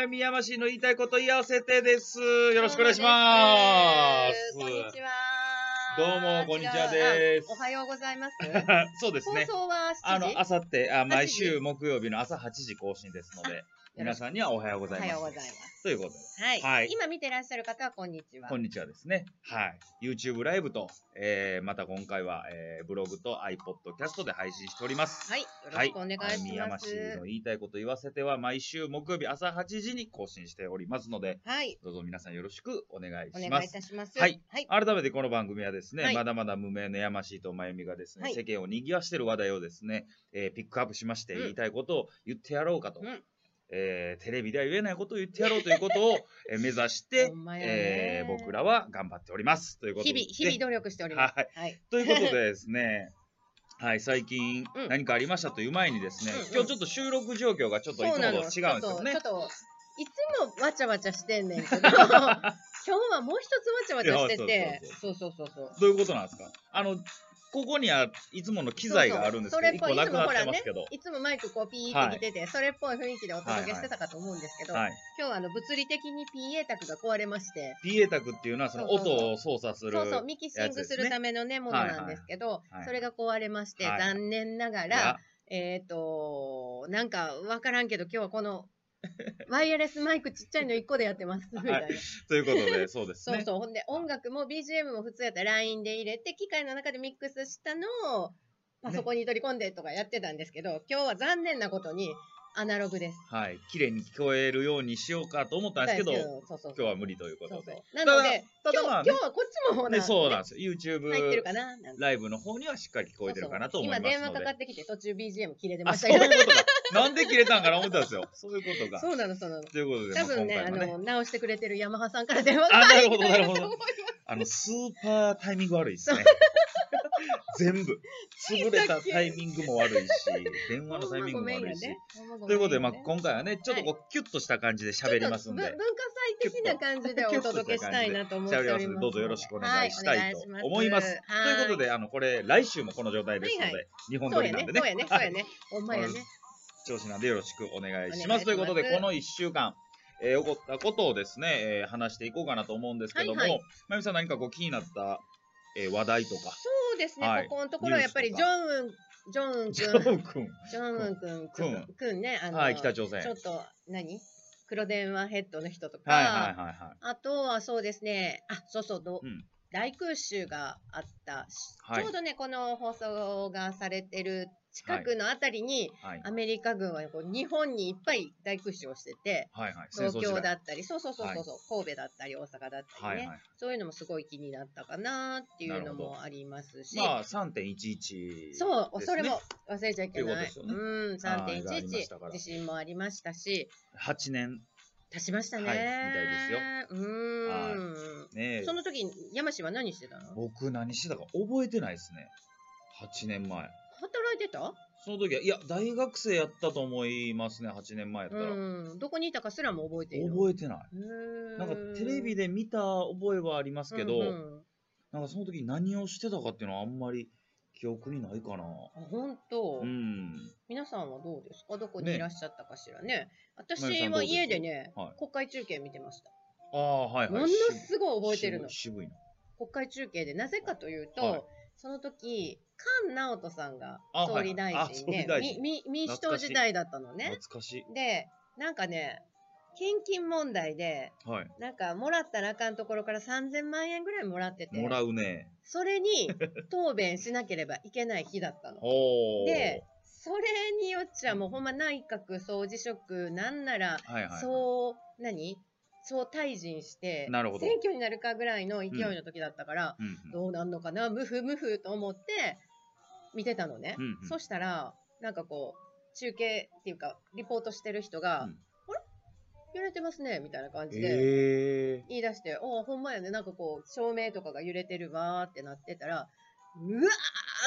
闇山市の言いたいこと言い合わせてです。よろしくお願いします。こんにちは。どうもこんにちはですあおはようございます。そうです放ね。送はあ7の時。、あさって、あ、毎8週木曜日の朝8時更新ですので、皆んさんにはおはようございます。おはようございます。ということで、はい、はい今見てらっしゃる方はこんにちは。こんにちはですね。はい。YouTube ライブと、えー、また今回は、えー、ブログと iPod キャストで配信しております。はい、よろしくお願いします。宮山市の言いたいこと言わせては毎週木曜日朝8時に更新しておりますので、はい、どうぞ皆さんよろしくお願いおし願まいいす。たします。はい、はい、改めてこの番組はですね、はいまだまだ無名のやましいとまゆみがですね、はい世間を賑わしてる話題をですね、えーピックアップしまして、うん言いたいことを言ってやろうかと、うんえーテレビでは言えないことを言ってやろうということを えー目指してほ、んまやねえー僕らは頑張っております。ということ日で々日々努力しております。はいはい、ということでですね、はい、最近うん何かありましたという前にですね、うんうん今日ちょっと収録状況がちょっといつもと違うんですちょっとよちょねっ。といつもわちゃわちゃしてんねん けど、今日はもう一つわちゃわちゃしてていや、そうそうそうそう。どういうことなんですかあの、ここにはいつもの機材があるんですけど、一そ個うそうそなれっくぽいなってますけど。いつもマイクこうピーってきてて、それっぽい雰囲気でお届けしてたかと思うんですけど、はい、今日はあの物理的に PA 卓が壊れまして、 PA タクっていうのはそのそうそうそう音を操作する。そうそう、ミキシングするためのね、ものなんですけど、いはいそれが壊れまして、はい残念ながいら、やえっ、と、なんかわからんけど、今日は この、ワイヤレスマイクちっちゃいの1個でやってます、みたいな。はいということで、そうです そね。うそう、ほんで音楽も BGM も普通やったら LINE で入れて、機械の中でミックスしたのを、パソコンに取り込んでとかやってたんですけど、今日は残念なことに、アナログです。はい。綺麗に聞こえるようにしようかと思ったんですけど、今そうそう日は無理というこそとうそで。う。なので、ただただまあね今日今日はこっちもほら、で、そうなんねですよ。YouTube 入ってるかななんかライブの方にはしっかり聞こえてるかなと思いますので。今電話かかってきて途中 BGM 切れてまあ、しそたういけうどこ。とか。なんで切れたんかな思ったんですよ。そういうことそが。うなの、そうなの。ということで、多分ね、まああ今回もね、の、直してくれてるヤマハさんから電話があなるほ入どってなるほどと思いますあの、スーパータイミング悪いですね。全 部。潰れたタイミングも悪いし、電話のタイミングも悪いし。ほんまごというめんやね。ことで、まあ、ほん今回はね、ちょっとこう、キュッとした感じで喋りますんちょでっとぶ。文化祭的な感じでお届けしたいなと思ってお喋りりまますすんで、ので。どうぞよろしくお願いしたいと思います。ということで、で、あの、これ、来週もこの状態ですのはいはで、日本そ撮うりやなねんで、ねそうやね、、そうはやいね。ほんまやね。調子なんでよろしくお願いしまお願いす。しますということで、この1週間、えー起こったことをですね、えー話していこうかなと思うんですけども、はいはいまゆみさん何かこう気になった、えー話題とか、そうですはねい、ここのところはやっぱりニジュョーンウン、ジョンウンジ君ョ、ー君。ジョンウン君、くんくんね、あの、はい、北朝鮮。ちょっと、何黒電話ヘッドの人とか、はいはいはいはい。あとはそうですね、あ、そうそう、どうん大空襲があったし、はいちょうどね、この放送がされてる近くのあたりに、はいアメリカ軍はこう日本にいっぱい大空襲をしてて、はいはい。戦東争時京代だったり、そうそうそうそうそう、神戸だったり、大阪だったはりいね、はい。そういうのもすごい気になったかなっていうのなるほもありますし、まあ、3.11。そう、ですそれねも忘れちゃいけない。ということですよねうん、はいがありましたから3.11地震もありましたし、 8年足しましたね。はいみたいですようーん。ね。その時、山氏は何してたの働僕何してたか覚えてないですね。8年前。いてたその時は、いや、大学生やったと思いますね、8年前やったら。うん。どこにいたかすらも覚えている。覚えてない。うーんなんかテレビで見た覚えはありますけど、うんうんなんかその時何をしてたかっていうのはあんまり記憶にないかな。あ本当、うん。皆さんはどうですかどこにねいらっしゃったかしらね。まゆみ私さんどうはです家でね、はい国会中継見てました。ああ、はいはい。ものすごい覚えてるの。渋い渋いな。国会中継で、なぜかというと、はいその時、菅直人さんがあ総理大は臣で、いあ総理大臣みみ民主懐党かしい時代だったのね。懐かしで、なんかね、献金問題で、い。はい。なんか、もらったらあかんところから3000万円ぐらいもらってて、もらうね。それに答弁しなければいけない日だったの。 おー。で、それによっちゃもうほんま内閣総辞職なんなら、はいはい。そう、何そう退陣して、なるほど選挙になるかぐらいの勢いの時だったから、うんうん。どうなんのかな、ムフムフと思って見てたのね。うんうんそしたら、なんかこう、中継っていうか、リポートしてる人が、うんあれ揺れてますね、みたいな感じで。え言い出して、おお、ほんまやね、なんかこう、照明とかが揺れてるわーってなってたら、うわ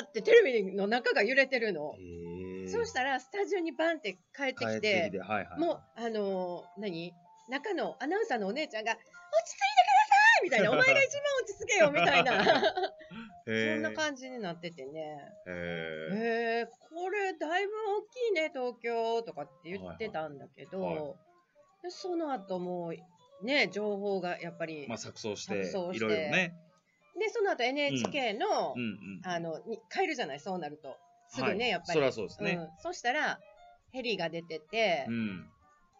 ーってテレビの中が揺れてるのー。。えー。そうしたら、スタジオにバンって帰ってき、帰っててきて、はいはい。もう、あのー何中のアナウンサーのお姉ちゃんが、落ち着いてくださいみ たいな、お前が一番落ち着けよみたいな、そんなじ。感じになっててね。えーへえ、これだいぶ大きいね、東京とかって言ってたんだけど、はいはいはでその後もうね情報がやっぱり、まあ、錯綜して錯綜していろいろね、でその後 NHK の、うんうん、あのに変えるじゃないそうなるとすぐね、はいやっぱりそりゃそうですうね、ん、そしたらヘリが出てて、うん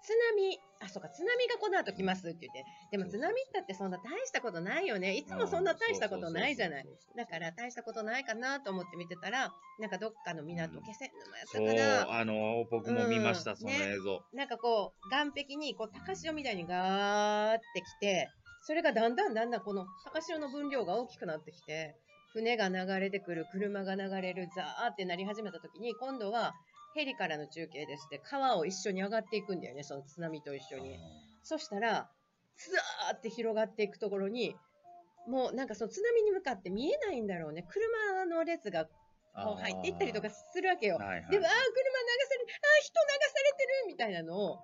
津波あそうか津波がこの後来ますって言ってでも津波ったってそんな大したことないよねいつもそんな大したことないじゃない。だから大したことないかなと思って見てたらなんかどっかの港、うん気仙沼やったそうからあの僕も見ました、うんその映像、なんかこう岸壁にこう高潮みたいにガーってきてそれがだんだんだんだんこの高潮の分量が大きくなってきて船が流れてくる車が流れるザーってなり始めた時に今度はヘリからの中継でして川を一緒に上がっていくんだよねその津波と一緒に。そしたら、ずーって広がっていくところに、もうなんかその津波に向かって見えないんだろうね。車の列がこう入っていったりとかするわけあー、。よはいはい、で、ああ、車流され、ああ、人流されてるみたいなのを、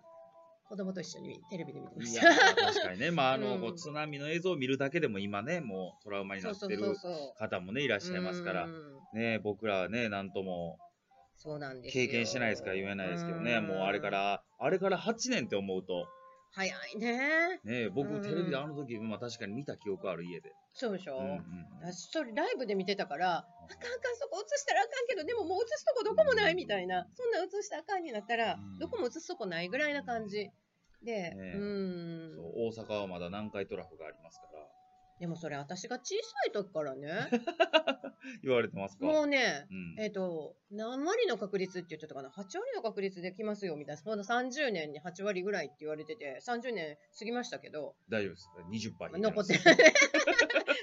子供と一緒にテレビで見てまいしや た。確かにね、まああのうんこう津波の映像を見るだけでも今ねもうトラウマにそなうってそうそうるそう。方もねいらっしゃいますからう、んね、僕らはねなんともそうなんですよ経験してないですから言えないですけどね、んもうあれからあれから8年って思うと、早いねね、う僕んテレビであの時、まあ、確かに見た記憶ある家で、そうでしょ、うんうんうん私それライブで見てたからあかんあかんそこ映したらあかんけどでももう映すとこどこもないみたいなそんな映したらあかんになったらうんどこも映すとこないぐらいな感じで、ねえうんそう大阪はまだ南海トラフがありますからでもそれ私が小さい時から ね言われてますか、もうねうんえっ、と何割の確率って言ってたかな8割の確率できますよみたいなその30年に8割ぐらいって言われてて30年過ぎましたけど大丈夫です20%パー残ってる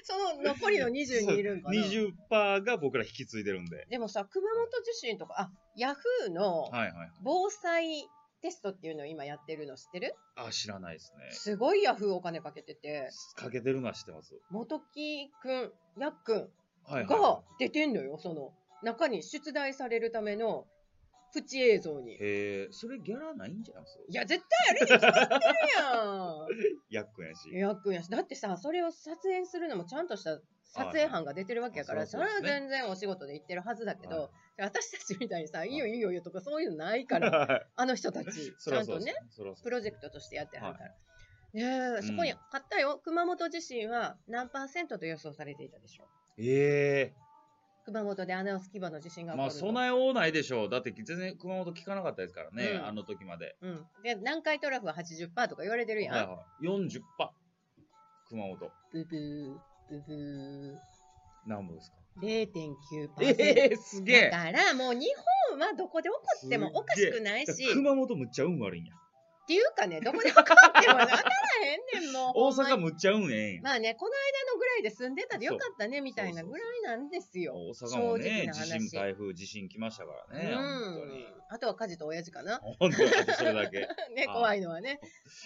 その残りの20にいるんかな20%パーが僕ら引き継いでるんででもさ熊本地震とかあヤフーの、はいはい防災テストっていうのを今やってるの知ってるあ知らないですねすごいヤフーお金かけてて、かけてるのは知ってます元木くん、やっくんはいはいがは出てんのよ、その中に出題されるためのプチ映像にい。へえそれギャラないんじゃないですいや、絶対あれに決まってるヤックンやしやん。やっくんやし、だってさ、それを撮影するのもちゃんとした撮影班が出てるわけやから、はいそそれりはゃそうですね全然お仕事で行ってるはずだけどは、私たちみたいにさ、いいよはいいいよいいよとかそういうのないか、かららあの人たち、ち そりゃゃんそうとですねね。そりゃそうプロジェクトとしてやってはるから。ねえ、んそこにあったよ。熊本地震は何パーセントと予想されていたでしょう。え熊本で穴をす規模の地震えが起こまるあと。備えようないでしょうだって全然熊本聞かなかったですからね、うんあの時までうん。で、南海トラフは80%とか言われてるやん。はいはい40%熊本ブブー、ブブ何本ですかー、0.9%。ええすげだえからもう日本はどこで起こってもおかしくないし、っ熊本むっちゃ運悪いんやていうかね、どこで起こっても分からへんねん、もう。 大ほんま阪にむっちゃ運ええんやまあね、この間のぐらいで住んでたでよかったね、みたいなぐらいなんですよ。大阪も正直ねな地話震台風地震来ましたからね、本当にあとは家事と親父かな。本当にあとそれだけね、あ怖 いのはね。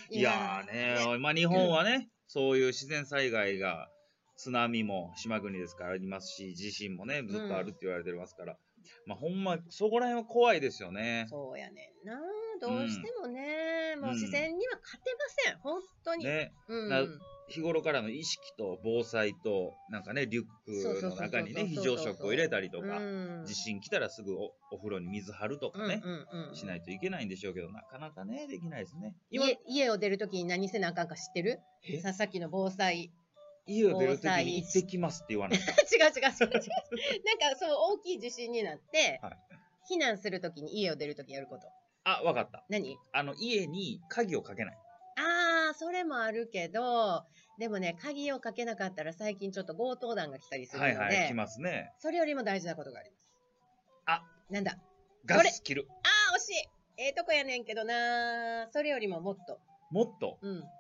いやーねまあ日本はね、そういう自然災害が津波も島国ですからありますし地震もねずっとあるって言われてますから、まあほんまそこら辺は怖いですよねそうやねんな。どうしてもね、もう自然には勝てません。本当に。ねうん。な日頃からの意識と防災となんかねリュックの中にね非常食を入れたりとか、うん地震来たらすぐおお風呂に水張るとかね、うんうんうんしないといけないんでしょうけどなかなかねできないですね今家家を出るときに何せなあかんか知ってるえささっきの防 災。家を出るときに行ってきますって言わないと違う違う違う違う。なんかそう大きい地震になって、はい避難するときに家を出るときやること。あわかった何あの家に鍵をかけないああ、それもあるけど、でもね、鍵をかけなかったら最近ちょっと強盗団が来たりするのはで、いはい来ますねそれよりも大事なことがあります。あなんだあガス切るー、惜しいええとこやねんけどなそれよりももっと。もっとうん。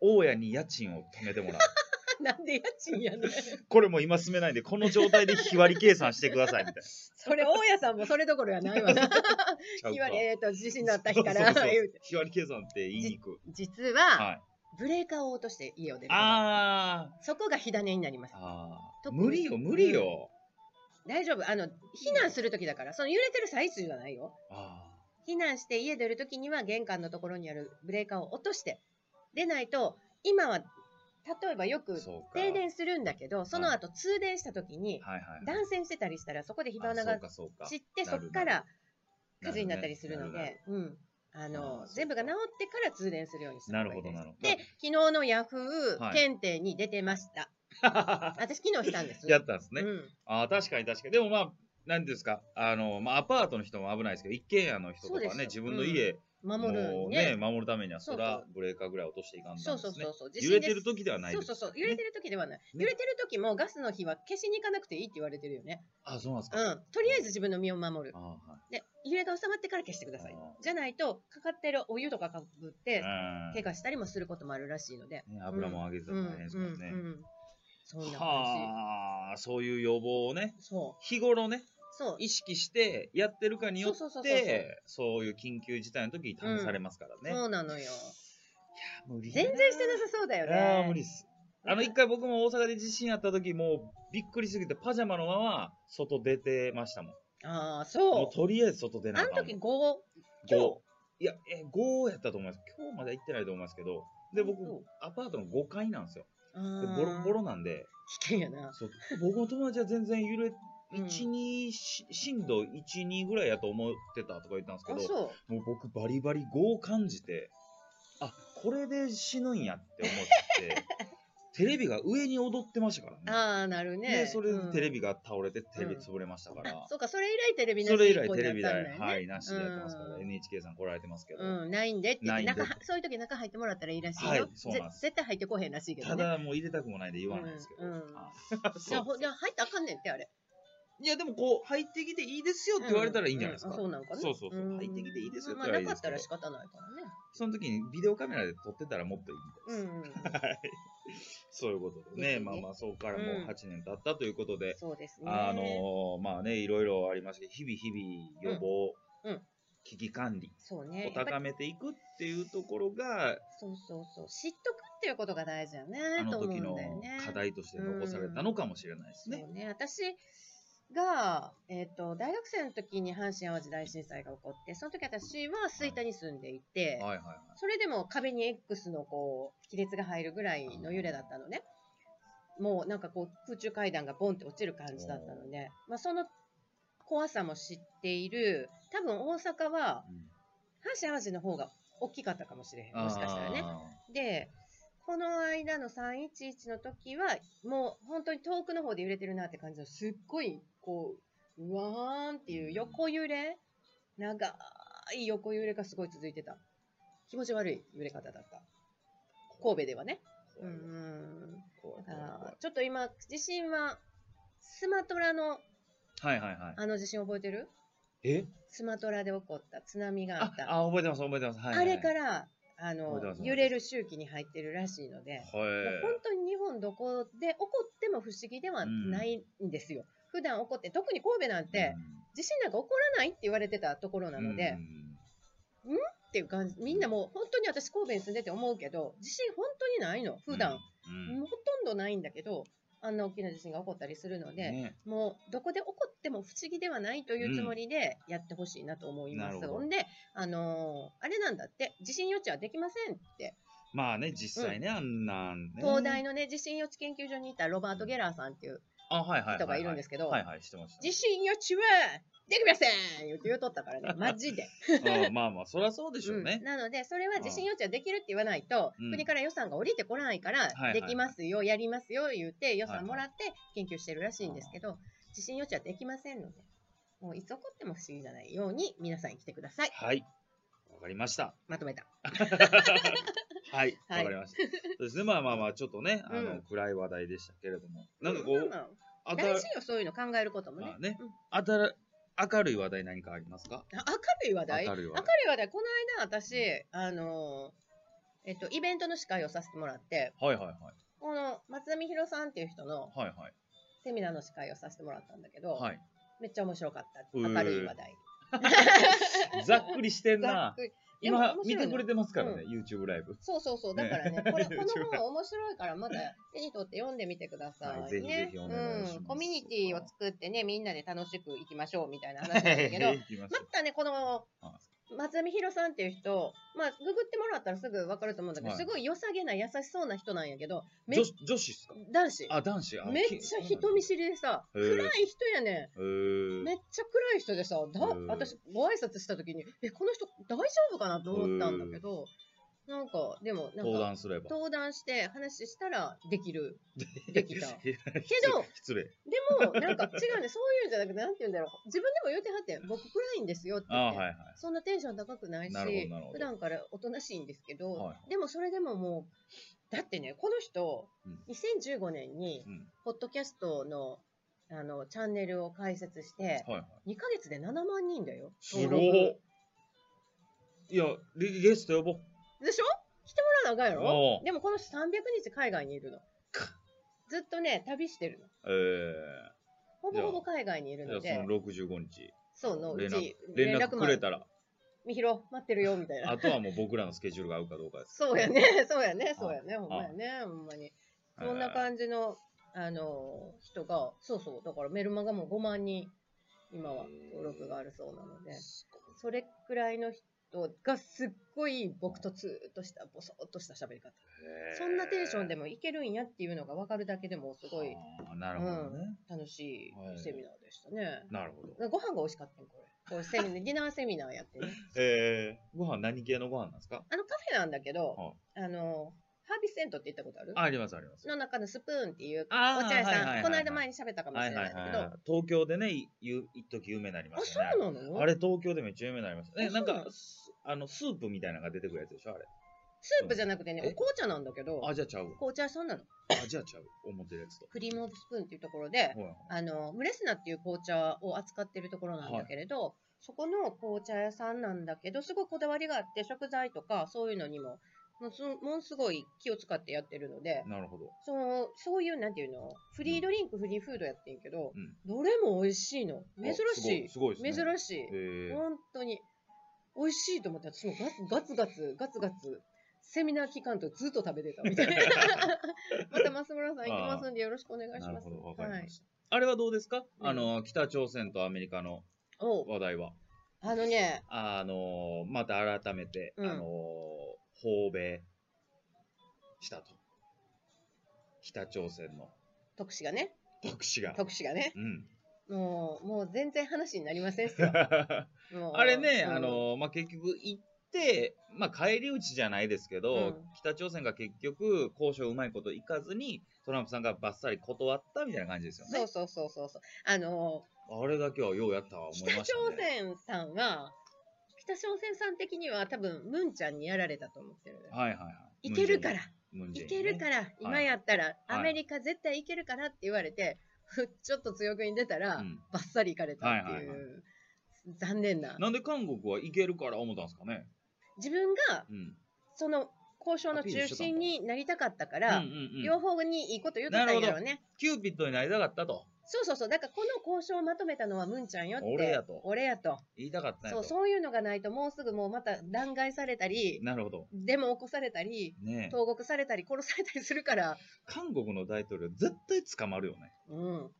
大家に家賃を止めてもらう なんで家賃やねん。これもう今住めないんでこの状態で日割り計算してくださいみたいなそれ、大家さんもそれどころやない わな。ちゃうか日割り、えっと、地震だった日からそうそうそう言うて。日割り計算って言いにくい実は、はいブレーカーを落として家を出る。あーそこが火種になります。あー特に無理よ無理よ、大丈夫。あの、避難するときだから、その揺れてる最中じゃないよ。あ避難して家出るときには玄関のところにあるブレーカーを落として出ないと今は例えばよーくそうか停電するんだけどその後通電したときにはいはい断線してたりしたらそこで火花あがそうかそうか散ってそなっるから火なる事になったりするのなるなるでうんああのー全部が治ってから通電するようにするな方るがほど、いいです。なるほで、昨日のヤフはーい検定に出てました。ど。私、昨日したんです。やったんですうね。ん、ああ、確かに確かに。でもまあ、なんていうんですか、あの、まあ、アパートの人も危ないですけど、一軒家の人とかそうですね、よ自分の家、守るもんうねね、守るためには、そそらう、ブレーカーぐらい落としていかんとダそメでうそうすねそ。うそう。揺れてる時時ではないそでうすそようねそう。揺れてる時ではない。ね揺れてる時もガスの火は消しに行かなくていいって言われてるよね。あ、そうなんですうか。ん。とりあえず自分の身を守るあ。で、揺れが収まってから消してくださいあ。ーじゃないと、かかってるお湯とかかぶって、はい。怪我したりもすることもあるらしいので。うんね、油も揚げてたうんらう大変ですからね。んうん。そんな感はあ、そういう予防をね、じ。そう。日頃ね、そう。意識してやってるかによそうそっうそうそうそうて、そういう緊急事態の時に試されますからね。そうなのよ。無理全然してなさそうだよああ、無ね。理っす。あの、一回僕も大阪で地震あった時、もうびっくりしすぎて、パジャマのまま外出てましたもん。ああ、もそうとりあえず外出う。なあいの時5、今日いや、え、5やったと思います。今日まだ行ってないと思いますけど。で、僕うん、アパートの5階なんですよ。あでーボロボロなんで、危険やな。そう僕の友達は全然揺れ、うん1、2、し震度1、2ぐらいやと思ってたとか言ったんですけあ、ど、そう。もう僕バリバリ5を感じて、あ、これで死ぬんやって思って、 テレビが上に踊ってましたからね。ああ、なるね。で、それでうんテレビが倒れて、テレビうん潰れましたから。あそうか、それ以来テレビなしそれ以来一本テになレっビ台、たんだよねはい、なしでやってますから、うん NHK さん来られてますけど。うん、ないんでって言ってないんで中はそういう時中入ってもらったらいいらしいよ、はいそうぜなんです絶対入ってこへんらしいけどたねだ、もう入れたくもないんで言わないですけど。うんうんはいじそゃうあほじゃあ入ったらあかんねんってあれいや、でもこう、入ってきていいですよって言われたらいいんじゃないですか。うんうんあそうなのかねそうそうそうん入ってきていいですよまあそれはないいかでっすけどたら仕方ないからその時にビデオカメラで撮ってたらもっといいみたいです。ねうん、うん、はい。そういうことでいね、いねまあまあ、そうからもう8年経ったということ で、そうですねあのーまあね、いろいろありましたけど、日々日々予防、うんうん危機管理そうをねやっぱり高めていくっていうところが、そうそうそう知っとくっていうことが大事やねあの時と思うのんだよね課題として残されたのかもしれないですねそ。うね私が、えっと大学生の時に阪神・淡路大震災が起こってその時私は吹田に住んでいて、はいはいはい。それでも壁に X のこう亀裂が入るぐらいの揺れだったのね。もうなんかこう空中階段がボンって落ちる感じだったので、まあ、その怖さも知っている多分大阪はうん阪神・淡路の方が大きかったかもしれへんもしかしたらね。でこの間の311の時はもう本当に遠くの方で揺れてるなって感じのすっごいこううわーんっていう横揺れ長い横揺れがすごい続いてた気持ち悪い揺れ方だった神戸ではねあー。う怖いん怖い怖いあ怖ーちょっと今地震はスマトラのいはいはいはい。あの地震覚えてるえスマトラで起こった津波がああったあ,、あ、覚えてます覚えてます。はいはい、、れかららあ覚えのてます覚えてます揺れる周期に入ってるらしいので、もう本は当に日本どこで起こっても不思議ではないんですよ。普段起こって、特に神戸なんい。て、地震なんか起こらないって言われてたところなので、うっんていう感じ、みんなもう本当に私神戸に住んでて思うけど、地震本当にないの、普段。、うんもうほとんどないんだけど、あんな大きな地震が起こったりするので、ねもうどこで起こっても不思議ではないというつもりでやってほしいなと思いまなるす。ほどほんで、あのーあれなんだって、地震予知はできませんってまあね、実際ね、あんなんね。東大のね、地震予知研究所にいたロバート・ゲラーさんっていうあ、はいはいはいはい、人がいるんですけどはいはい、してました。地震予知はできません言って言うとっ たからね、マジで。あまあまあ、そりゃそうでしょうねうん。なので、それはうん地震予知はできるって言わないと、うん国から予算が降りてこないかはいはら、いできますよ、やりますよ、言って予はいはい算もらって研究してるらしいんですけど、地震予知はできませんので、もういつ起こっても不思議じゃないように皆さん来てください。はい。わかりました。まとめた。はい、わ、はいかりました。そうですね、まあまあまあ、ちょっとね、あの、うん暗い話題でしたけれども。なんかこう、まああた大事よ、そういうの考えることもね。まあねうんあたら明るい話題何かありますかあ明るい話題明るい話明題るい話題、この間私、あのーえっと、イベントの司会をさせてもらって、はいはいはい。この松田美弘さんっていう人のはいはい。セミナーの司会をさせてもらったんだけど、 はい。めっちゃ面白かった。うー明るい話題。ざっくりしてんざっな。くりでも今面白見いなてくれてますからね、YouTube ライ ブ。そうそ うそう。だからね、ねこれ、この 本面白いから、まだ手に取って読んでみてください、ね。はいぜひぜひお願いしますうん。コミュニテ ィを作ってね、みんなで楽しくいきましょうみたいな話なんだけど、行きましまょうたね、このあ松見弘さんっていう人、まあ、ググってもらったらすぐ分かると思うんだけど、はいすごい良さげな優しそうな人なんやけど、め女子女子っすか男子。あ、男子。あめっちゃ人見知りでさ、へー暗い人やねへーん。めっちゃ暗い人でさ、だー私、ご挨拶した時に、え、この人大丈夫かなと思ったんだけど、なんか、でも、なん登か、壇すれば。登壇して話したらでき る。できたけど、失礼。でも、なんか違うね、そういうんじゃなくて、なんて言うんだろう。自分でも言うてはってん、僕暗いんですよってあ言っはいて。はい。そんなテンション高くないしなるほどなるほど普段からおとなしいんですけど、はいでもそれでももうだってねこの人、うん2015年にうん。ポッドキャストのあのチャンネルを開設して、はいはい。 2ヶ月で7万人だよすご登録っいや、リゲスト呼ぼう。でしょ来てもらわなあかんやろおうでもこの人300日海外にいるのずっとね旅してるのえほぼほぼ海外にいるー、のじゃあでその65日。そうのう連絡ち連絡くれマンたら、みひろ待ってるよみたいなあとはもう僕らのスケジュールが合うかどうかです。そうやね、そうやね、そうやね、ほんまやね、ほんまに。 そんな感じの、あの、人が、そうそう、だからメルマガも5万人、今は登録があるそうなので、それくらいの人がすっごい僕とつーっとした、ぼそっとした喋り方。そんなテンションでももいけるんやっていうのが分かるだけでも、すごい。あーなるほどね。楽しいはいセミナーでしたね。なるほど。ご飯が美味しかったんこれ。こうセミナー、ディナーセミナーやって ね。えー、ご飯何系のご飯なんですかあのカフェなんだけど、はあの、ハービスセントって言ったことあるあ、ありますあります。の中のスプーンっていうあおー茶屋はいはいさはいん、この間前に喋ったかもしはれいなはいいけど、はい。東京でね、いゆ一時有名になりまあ、したね。そうなのあれ東京でめっちゃ有名になりました。あえ、なんそうなかの、すあの、スープみたいなのが出てくるやつでしょあれ。スープじゃなくてね、えお紅茶なんだけど、あ、じゃあちゃうわ。紅茶屋さんなの。あ、じゃあちゃう。思ってるやつと。クリームオブスプーンっていうところで、ほらあの、ムレスナっていう紅茶を扱ってるところなんだけれど、そこの紅茶屋さんなんだけど、すごいこだわりがあって、食材とかそういうのにも、もうすものすごい気を使ってやってるので、なるほど。そのそういう、なんていうの、フリードリンク、フリーフードやってんけど、うんどれも美味しいの。珍しい。すごいすごいですね珍しい。えー、本当に美味しいと思って私もガツガツガツガツガツセミナー期間とずっと食べてたみたいな また増村さん行きますんでよろしくお願いしなるます、ほど。わかりましたた。あれはどうですかうんあの、北朝鮮とアメリカのはい、おう話題は。あのねあの、また改めて、うんあの、訪米したと。北朝鮮の特使がね特使が。特使がねうん。もうもう全然話になりませんっ すよもうあれね、うんあのまあ、結局行って、まあ、帰り討ちじゃないですけど、うん北朝鮮が結局交渉うまいこといかずにトランプさんがばっさり断ったみたいな感じですよそねう。そうそうそうそうあのあれだけはようやったわ思いま北した、ね朝。鮮さんは北朝鮮さん的には多分ムンちゃんにやられたと思ってるはいはいはい。いけるからムンジェイいンね。けるから、今やったら、はいアメリカ絶対いけるからって言われて、ちょっと強気に出たら、うんバッサリいかれたっていう、はいはいは残念な。なんで韓国はいけるから思ったんですかね。自分がうん。その交渉の中心になりたかったから、うんうんうん両方にいいこと言ってたんやろうね。キューピッドになりたかったとそうそうそう、だからこの交渉をまとめたのはムンちゃんよって。俺やと俺やと。言いたかったんやそとう、そういうのがないと、もうすぐもうまた弾劾されたり、なるほど。デモ起こされたり、ねえ投獄されたり、殺されたりするから、韓国の大統領絶対捕まるよね。 うん。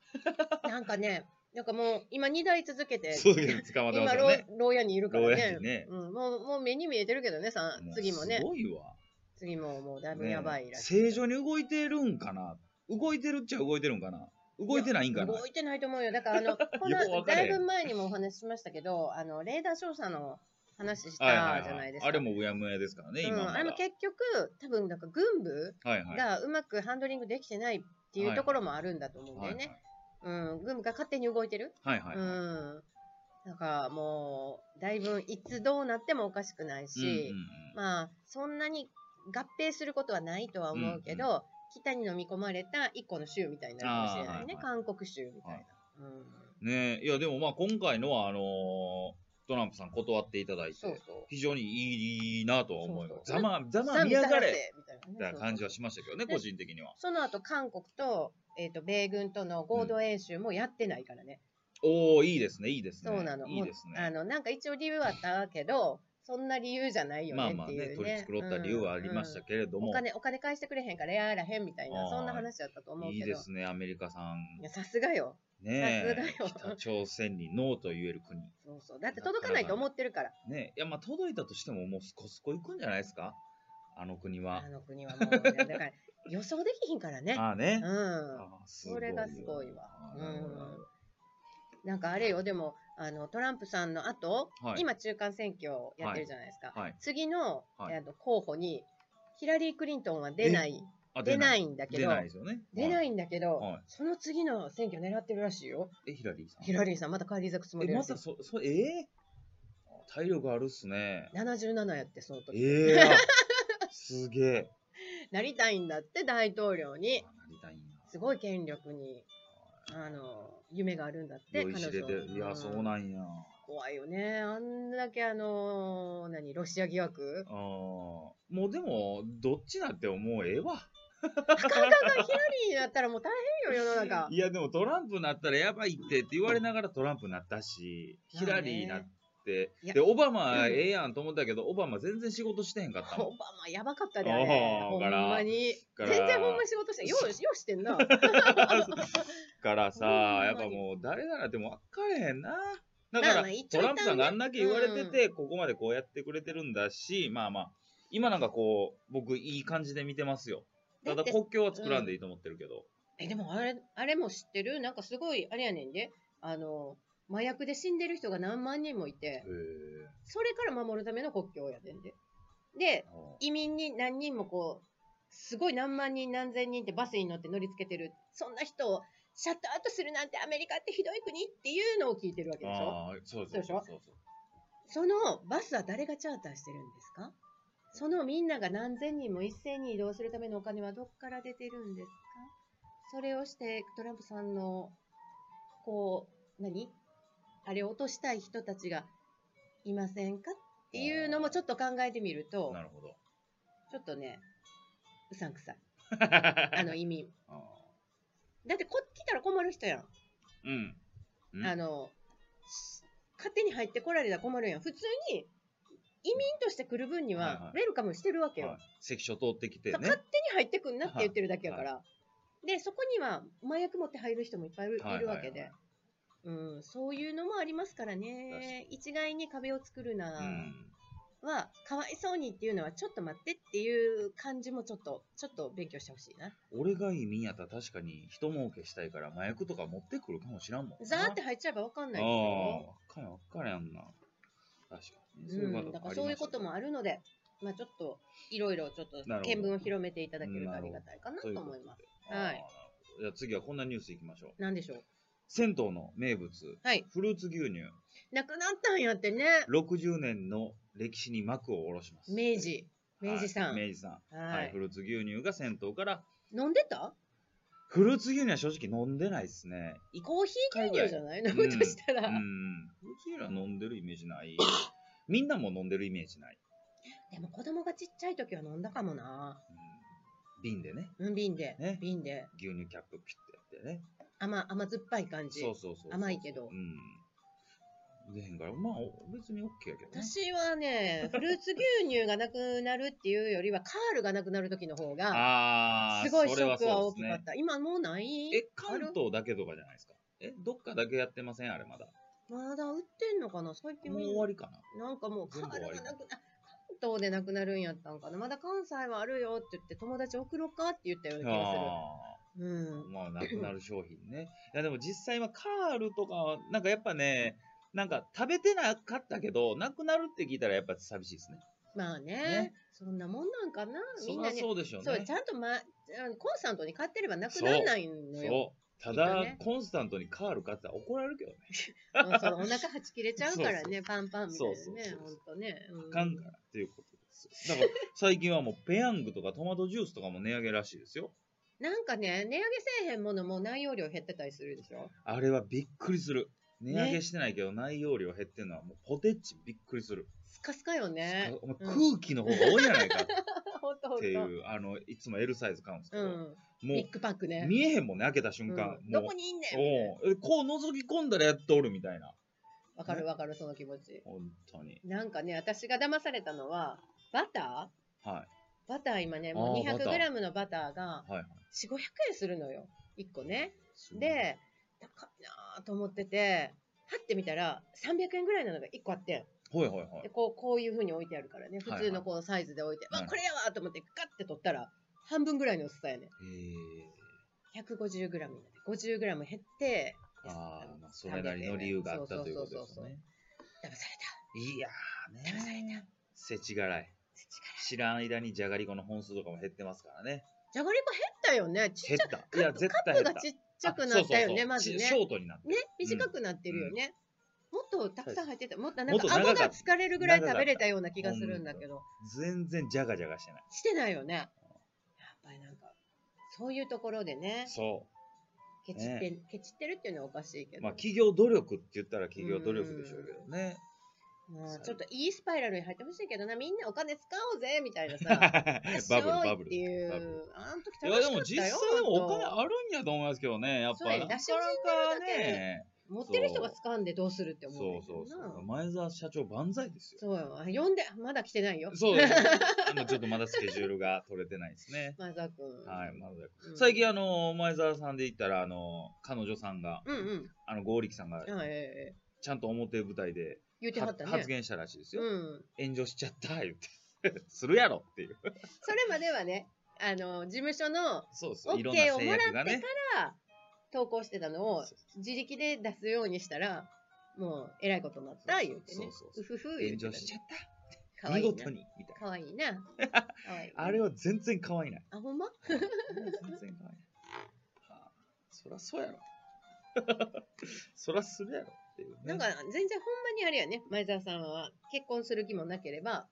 なんかね、なんかもう今2代続けて、そういうの捕まってま今すよ牢ね。牢屋にいるから牢ね屋にねうん、もうもう目に見えてるけどねさう次もねすごいわ。次ももうだいぶねやばいらしい、正常に動いてるんかな動いてるっちゃ動いてるんかな動いてないんかな動いてないと思うよだから あのこようの分かれだへいんぶ前にもお話ししましたけどあのレーダー照射の話したはいはいはじいゃないですか、あれもうやむやですからね、うん今まだあれも結局多分なんか軍部はいはい。がうまくハンドリングできてないっていうところもあるんだと思うんだはいよね、うん、軍部が勝手に動いてるはいはい。はいはいうん。なんかもう、だいぶいつどうなってもおかしくないし、うんうんうんまあ、そんなに合併することはないとは思うけど、うん北に飲み込まれた一個の州みたいになるかもしれないね。あーは韓国州みたいな。うん。ねえいやでもまあ今回のはあのートランプさん断っていただいて、そうそう。非常にいいなとは思います。そうそうざま、ざま見やがれみたいみなたねいな感じはしましたけどね、そうそう個人的には。その後、韓国と、えっ、と、米軍との合同演習もやってないからね。おおいいですね、いいですね。そうなの。いいですもうね。あの、なんか一応理由はあったけど、そんな理由じゃないよまあねまっあていう、ねね、取り繕った理由はありましたけれどうんうんもお、金お金返してくれへんからやらへんみたいあなーそんな話だったと思うけいどいですね、アメリカさん。いやさすがよねえさすがよ北朝鮮にノーと言える国。そうそうだって届かないと思ってるからねえいや、まあ、届いたとしても、もうすこすこいくんじゃないですかあの国はあ。の国はもう、ね、だから予想できひんからねああね。うんああすそれがすごいわああうなるほどなるほんなんかあれよでもあのトランプさんの後、はい今中間選挙やってるじゃないですか、どはい。次の,、はいあの候補にヒラリー・クリントンは出ないあ。出ないいんだけ出どないですよね。。出ないいんだけど、はいその次の選挙狙ってるらしいよ。え、ヒラリーさん。ヒラリーさん、また返り咲くつもりえ、らましいたそ、そ、えー、体力あるっす ね。 77やって、その時。ええすげえ。なりたいんだって、大統領に。あなりたいんだ。すごい権力に、あの、夢があるんだっ て、酔いしれて、いや、そううんなんや。怖いよね。あんだけあの、何、ロシア疑惑あーもうでも、どっちなんてもうええわ。あかんあかんあかんヒラリーやったらもう大変よ、世の中。いや、でもトランプなったらやばいってって言われながらトランプなったし、まあヒねラリーなって、いやで、オバマうんええやんと思ったけど、オバマ全然仕事してへんかった もオん。バマやばかったで、あれ。おほーだからんまに。だ全から然ほんま仕事して、よう、ようしてんな。からさ、ほんまにやっぱもう誰ならでも分かれへんな。だまかあまらあ一、ト応ランプさんがあんだけ言われて一旦て、ここまでこうやってくれてるんだし、まあまあ、今なんかこう、僕いい感じで見てますよ。ただだって国境は作らんでいいと思ってるけど。え、でもあれ、あれも知ってるなんかすごい、あれやねんで、あの、麻薬で死んでる人が何万人もいて、へえそれから守るための国境やねんで。で、移民に何人もこう、すごい何万人何千人ってバスに乗って乗りつけてる。そんな人をシャットアウトするなんてアメリカってひどい国っていうのを聞いてるわけでしょああ、そうそうそうでしそうょそうそう。そのバスは誰がチャーターしてるんですかそのみんなが何千人も一斉に移動するためのお金はどっから出てるんですかそれをしてトランプさんの、こう、何あれを落としたい人たちがいませんかっていうのもちょっと考えてみるとな、るほど。ちょっとね、うさんくさい。あ あの移民。ーだってこ来たら困る人やん。うん。うんあの、し勝手に入ってこられたら困るやん。普通に移民として来る分にはいはは、いウェルカムしてるわけよ。はい、関所通ってきてそうね勝。手に入ってくんなって言ってるだけやから。で、そこには麻薬持って入る人もいっぱいいる,、はいはいいるわけで。うん、そういうのもありますから確かね。一概に壁を作るなう、ん。は、かわいそうにっていうのは、ちょっと待ってっていう感じもちょっと、ちょっと勉強してほしいな。俺が移民やったら確かに人儲けしたいから麻薬とか持ってくるかもしらんもんな。ザーって入っちゃえばわかんないあであ、しょわかんやわかんやんな。確かに。うん、だからそういうこともる。あるので、まあちょっと、いろいろちょっとなるほど見聞を広めていただけるとありがたいかなとそういう思こといます。ではい。あーじゃあ次はこんなニュースいきましょう。なんでしょう。銭湯の名物、はい。フルーツ牛乳、なくなったんやってね。 60年の歴史に幕を下ろします。明治。明治さん。はい明治さん。ははいい。フルーツ牛乳が銭湯から、飲んでたフルーツ牛乳は正直飲んでないですね。一コーヒー牛乳じゃない飲ぐらいむとしたら。うん。うちら飲んでるイメージない。 みんなも飲んでるイメージない。でも子供がちっちゃい時は飲んだかもな。うん瓶でね、うん、瓶で。ね瓶で。牛乳キャップピュッてやってね。甘、甘酸っぱい感じ。そうそうそうそう。甘いけどうん。でへんから、まあ、お別に OK やけどね。私はね、フルーツ牛乳がなくなるっていうよりは、カールがなくなる時の方が、あーすごいシそれョックはそう大ですきかねっ。た。今もうないえ、関東だけとかじゃないですか。え、どっかだけやってませんあれまだ。まだ売ってんのかな最近もう終わりかな。なんかもうカ全部ー終わルりがなくな、あ関東でなくなるんやったんかなまだ関西はあるよって言って、友達送ろうかって言ったような気があする。うーん。まあ、なくなる商品ね。いや、でも実際はカールとかは、なんかやっぱね、なんか食べてなかったけど、なくなるって聞いたらやっぱ寂しいですね。まあねねそんなもんなんかなみんそなりゃね。そうでしょうね。そう、ちゃんと、ま、あのコンスタントに買ってればなくならないのよ。そう。たきっだ、とねコンスタントにカール買ってたら怒られるけどね。うんそのお腹はち切れちゃうからね、パンパンみたいそうなねそう。そうほんとね。うあかんからっていうことですよ。だから、最近はもうペヤングとかトマトジュースとかも値上げらしいですよ。なんかね、値上げせえへんものも内容量減ってたりするでしょあれはびっくりする。値上げしてないけど内容量減ってんのはもうポテチびっくりする。スカスカよね。お前空気の方が多いやないかっほんとほんていと。う、あの、いつも L サイズ買うんですけうど、ん。もビッグパックねう。見えへんもんね、開けた瞬間。うもんどうこにいんねんおうえこう覗き込んだらやっとおるみたいな。わかるわかる、その気持ち。本当に。なんかね、私が騙されたのは、バタはーバター今ね、もうあーバター 200g のバターがい。はい。 4、500円するのよ。1個ね。すごい、で、高いなーと思ってて、はってみたら、300円ぐらいなのが1個あってん。ほいほいほでい。こうこういうふうに置いてあるからねはい普通のこうサイズで置いて、はいあこれやわと思ってガッて取ったら半分ぐらいの薄さやねえー、 150g になって 50g 減ってああ、まあ、そ300れなりの理由があった円ということそでそすそようそうね。騙さいやれた騙さーれねたせちがらい。土知らん間にじゃがりこの本数とかも減ってますからね。からじゃがりこ減ったよねち減っちゃった。いや、絶対カ減ップったが。ちっちゃくなったよねあまそうずそうそうねシショートになった。ね短くなってるよね、もっとたくさん入ってたもっとなもんっとか長か顎ったが疲れるぐらい食べれたような気がするんだけど全然じゃがじゃがしてない。してないよねやっぱりなんかそういうところでねそケチって、ケチってるっていうのはおかしいけう。ど、まあ、企業努力って言ったら企業努力でしょうけどね。まそあ、うちょっといいスパイラルに入ってほしいけどな、みんなお金使おうぜみたいな さ。バブルしょ、バーいブっルてい。バブルう。あの時いやで楽しかったよ。も実際でもお金本あるんやと思いますけどね、やっぱそうやねなかな出し始かめるだけね、当持ってる人が掴んでどうするってそう思うんだけそどうな。そう、前澤社長、万歳ですよ。そうよ。呼んで、まだ来てないよ。 そうです、あのちょっとまだスケジュールが取れてないですね。マザー君。はい、まだうん最。近、あの前澤さんで言ったら、あの彼女さんが、うんうん。あの剛力さんが、あええええちゃんと表舞台で、言ってはったね。発言したらしいですよ。うん。炎上しちゃった、言って。 するやろっていう。それまではね、あの、事務所のそうそう、いろんな OK を制もら約っがてね。から投稿してたのをそう自力で出すようにしたら、もう、えらいことになった、言うてね。そうそううふふ炎言うて上たしちゃっかた。わ見いい事な。に、みたいな。かわいいな。かわいい なあれは全然可愛いない。あ、ほんま全 然可愛い。はあ、そらそうやろ。 そらするやろっていうね。なんか、全然ほんまにあれやね、前澤さんは。結婚する気もなければ、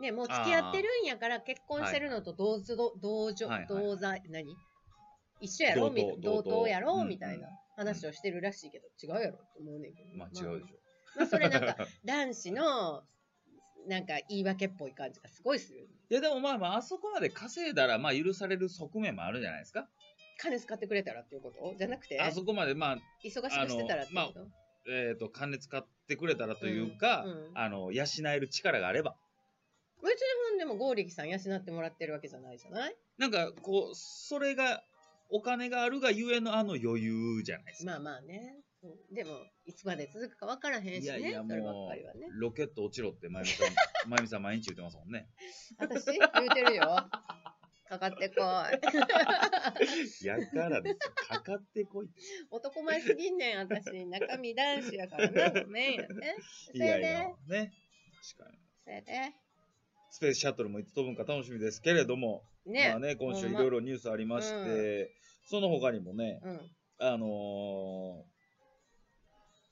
ね、もう付き合ってるんやから、結婚してるのと同ぞ、同情はいはい、同罪、何一緒やろ同等みたい同同等等やろうんみたいな話をしてるらしいけど、違うやろって思うねんけど。まあ違うでしょ。まあ、それなん か、男子の、なんか言い訳っぽい感じがすごいする。いやでもまあまあ、あそこまで稼いだら、まあ許される側面もあるじゃないですか。金使ってくれたらっていうことじゃなくて、あそこまで、まあ、忙しくしてたらってこと、えっ、と、金使ってくれたらというか、うんうんあの、養える力があれば。別にほんでも剛力さん養ってもらってるわけじゃないじゃないなんか、こう、それが、お金があるがゆえのあの余裕じゃないですか。まあまあね。そうでも、いつまで続くか分からへんしね。いやいや、そればっもかりはね。う、ロケット落ちろって、まゆみさん、 まゆみさん毎日言ってますもんね。私、言うてるよ。 かかってこい。やからですよ。かかってこ いって。男前すぎんねん、私。中身男子やからな。ごめんやね。そいれやで、いや、ね。確かに。それで、スペースシャトルもいつ飛ぶんか楽しみですけれども、ね。まあね、今週ほいんまろいろニュースありまして、その他にもね、うん。あの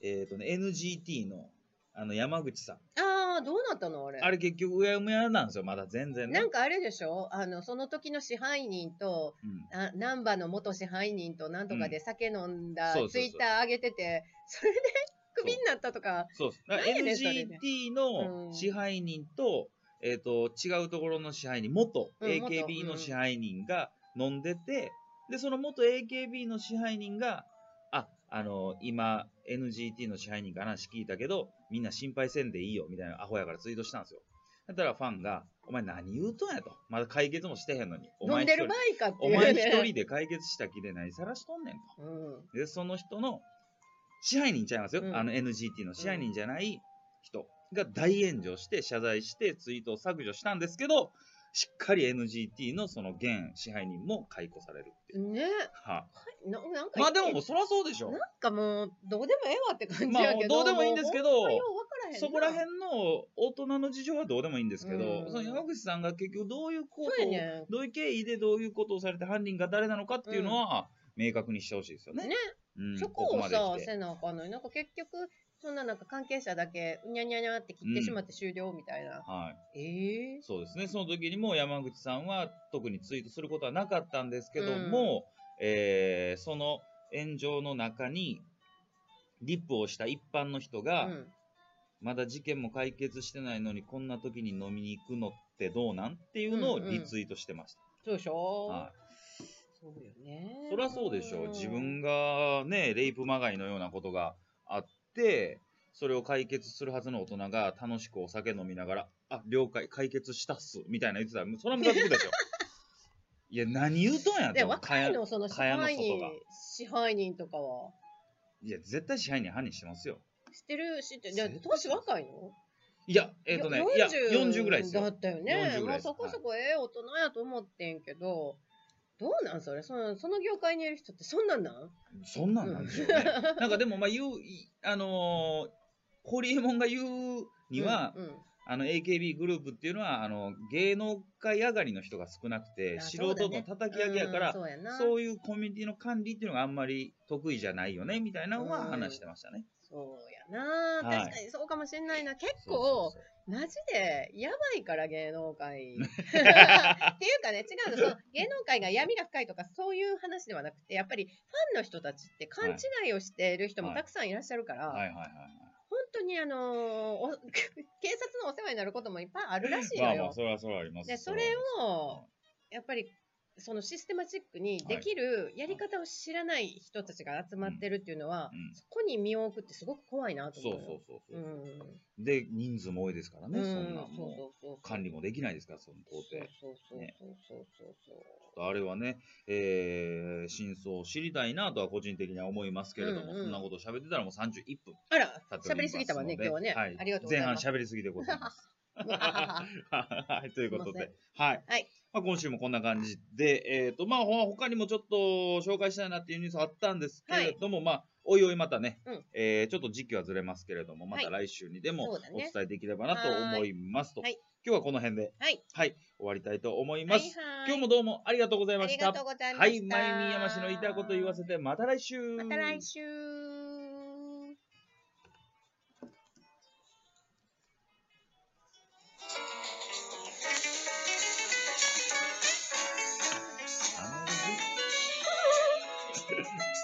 ー、えっ、とね、NGT の、あの、山口さん。ああ、どうなったのあれ。 あれ結局、うやむやなんですよ、まだ全然ね。なんかあれでしょあの、その時の支配人と、うんあ難波の元支配人となんとかで酒飲んだ、そうそうそうツイッター上げてて、それでクビになったとか、そうです。だから何やねんそれ NGT うのん支配人と、えっ、と、違うところの支配人、元うん元 AKB の支配人が飲んでて、で、その元 AKB の支配人が、あ、あの、今、NGT の支配人から話聞いたけど、みんな心配せんでいいよ、みたいなアホやからツイートしたんですよ。だったらファンが、お前何言うとんやと。まだ解決もしてへんのに。お飲前ん一で人る場合かっておいう、ね。前一人で解決した気で何さらしとんねんと。うん。で、その人の支配人ちゃいますよ。うんあの NGT の支配人じゃない人が大炎上して、謝罪して、ツイートを削除したんですけど、しっかり NGT のその現支配人も解雇されるっていう。ねはななんいかまあでももうそらそうでしょなん。かもうどうでもええわって感じまあやけど、どうでもいいんですけどもうほんまよう分からへんなそこら辺の大人の事情はどうでもいいんですけど、うんその山口さんが結局どういうこそうとやを、ねどういう経緯でどういうことをされて犯人が誰なのかっていうのは明確にしてほしいですよね。ねうん、そここをまでさ来てせなあかんのになんか結局そんななんか関係者だけうにゃにゃにゃって切ってしまって終了みたいな、はい。ええそうですね、その時にも山口さんは特にツイートすることはなかったんですけども、えーその炎上の中に、リップをした一般の人が、うんまだ事件も解決してないのに、こんな時に飲みに行くのってどうなんっていうのをうんうんリツイートしてました。そうでしょ、はいそうよねそりゃそうでしょう、自分ががね、レイプまがいのようなことがあって、それを解決するはずの大人が楽しくお酒飲みながら、あ、了解、解決したっす、みたいな言ってたら、もうそれはムカつくで しょ。いや、何言うとんやでと。か若やいいのその支蚊帳の外配人が支配人とかはや、絶対支配人犯人してますよ。知ってる知ってるじゃあ知ってる年若いのいや、えっ、とね、いや、40ぐらいですだよ。ったよね40。ぐらまいあですそこそこええ大人やと思ってんけど、どうなんそれそのその業界にいる人ってそんなんなんそんなんなんでしょうね。なんかでも、まあ、言う、いあのー、ホリエモンが言うには、うんうんあの AKB グループっていうのはあの芸能界上がりの人が少なくてあ素そうだ人ねの叩き上げやからうんそうやなそういうコミュニティの管理っていうのがあんまり得意じゃないよねみたいなのはうん話してましたね。そうやな、はい確かにそうかもしれないな結構そうそうマジでやばいから芸 能界っていうかね違うのその芸能界が闇が深いとかそういう話ではなくてやっぱりファンの人たちって勘違いをしている人もはいたくさんいらっしゃるから、そうはいはいはい本当にあのーお 警察のお世話になることもいっぱいあるらしいはのい。まあまよあ。それはそれはあります。でそれをやっぱりそのシステマチックにできるやり方を知らない人たちが集まってるっていうのは、うんそこに身を置くってすごく怖いなとそ思ううよ。そうそうそうう。んで人数も多いですからね、うんそんなんそうもうそうそう管理もできないですからその工そう程。そうそうねそうそうそうあれはね、えー、真相を知りたいなとは個人的には思いますけれども、うんうんそんなこと喋ってたらもう31分あら経っておりますので喋りすぎたわね今日はね、はい、ありがとうございます前半喋りすぎでございます。 ははい、ということすいまで、はい。はいまあ、今週もこんな感じで、えっ、と、まあ、ほ他にもちょっと紹介したいなっていうニュースあったんですけれども、まあ、おいおいまたね、うんえーちょっと時期はずれますけれども、または来週にでもそおうだね伝えできればなと思いますと、はい今日はこの辺で、はい、はい、終わりたいと思いはまいす。今日もどうもありがとうございあましりた。がとうございまはい、したまゆみやましの言いたいこと言わせて、また来週。また来週あの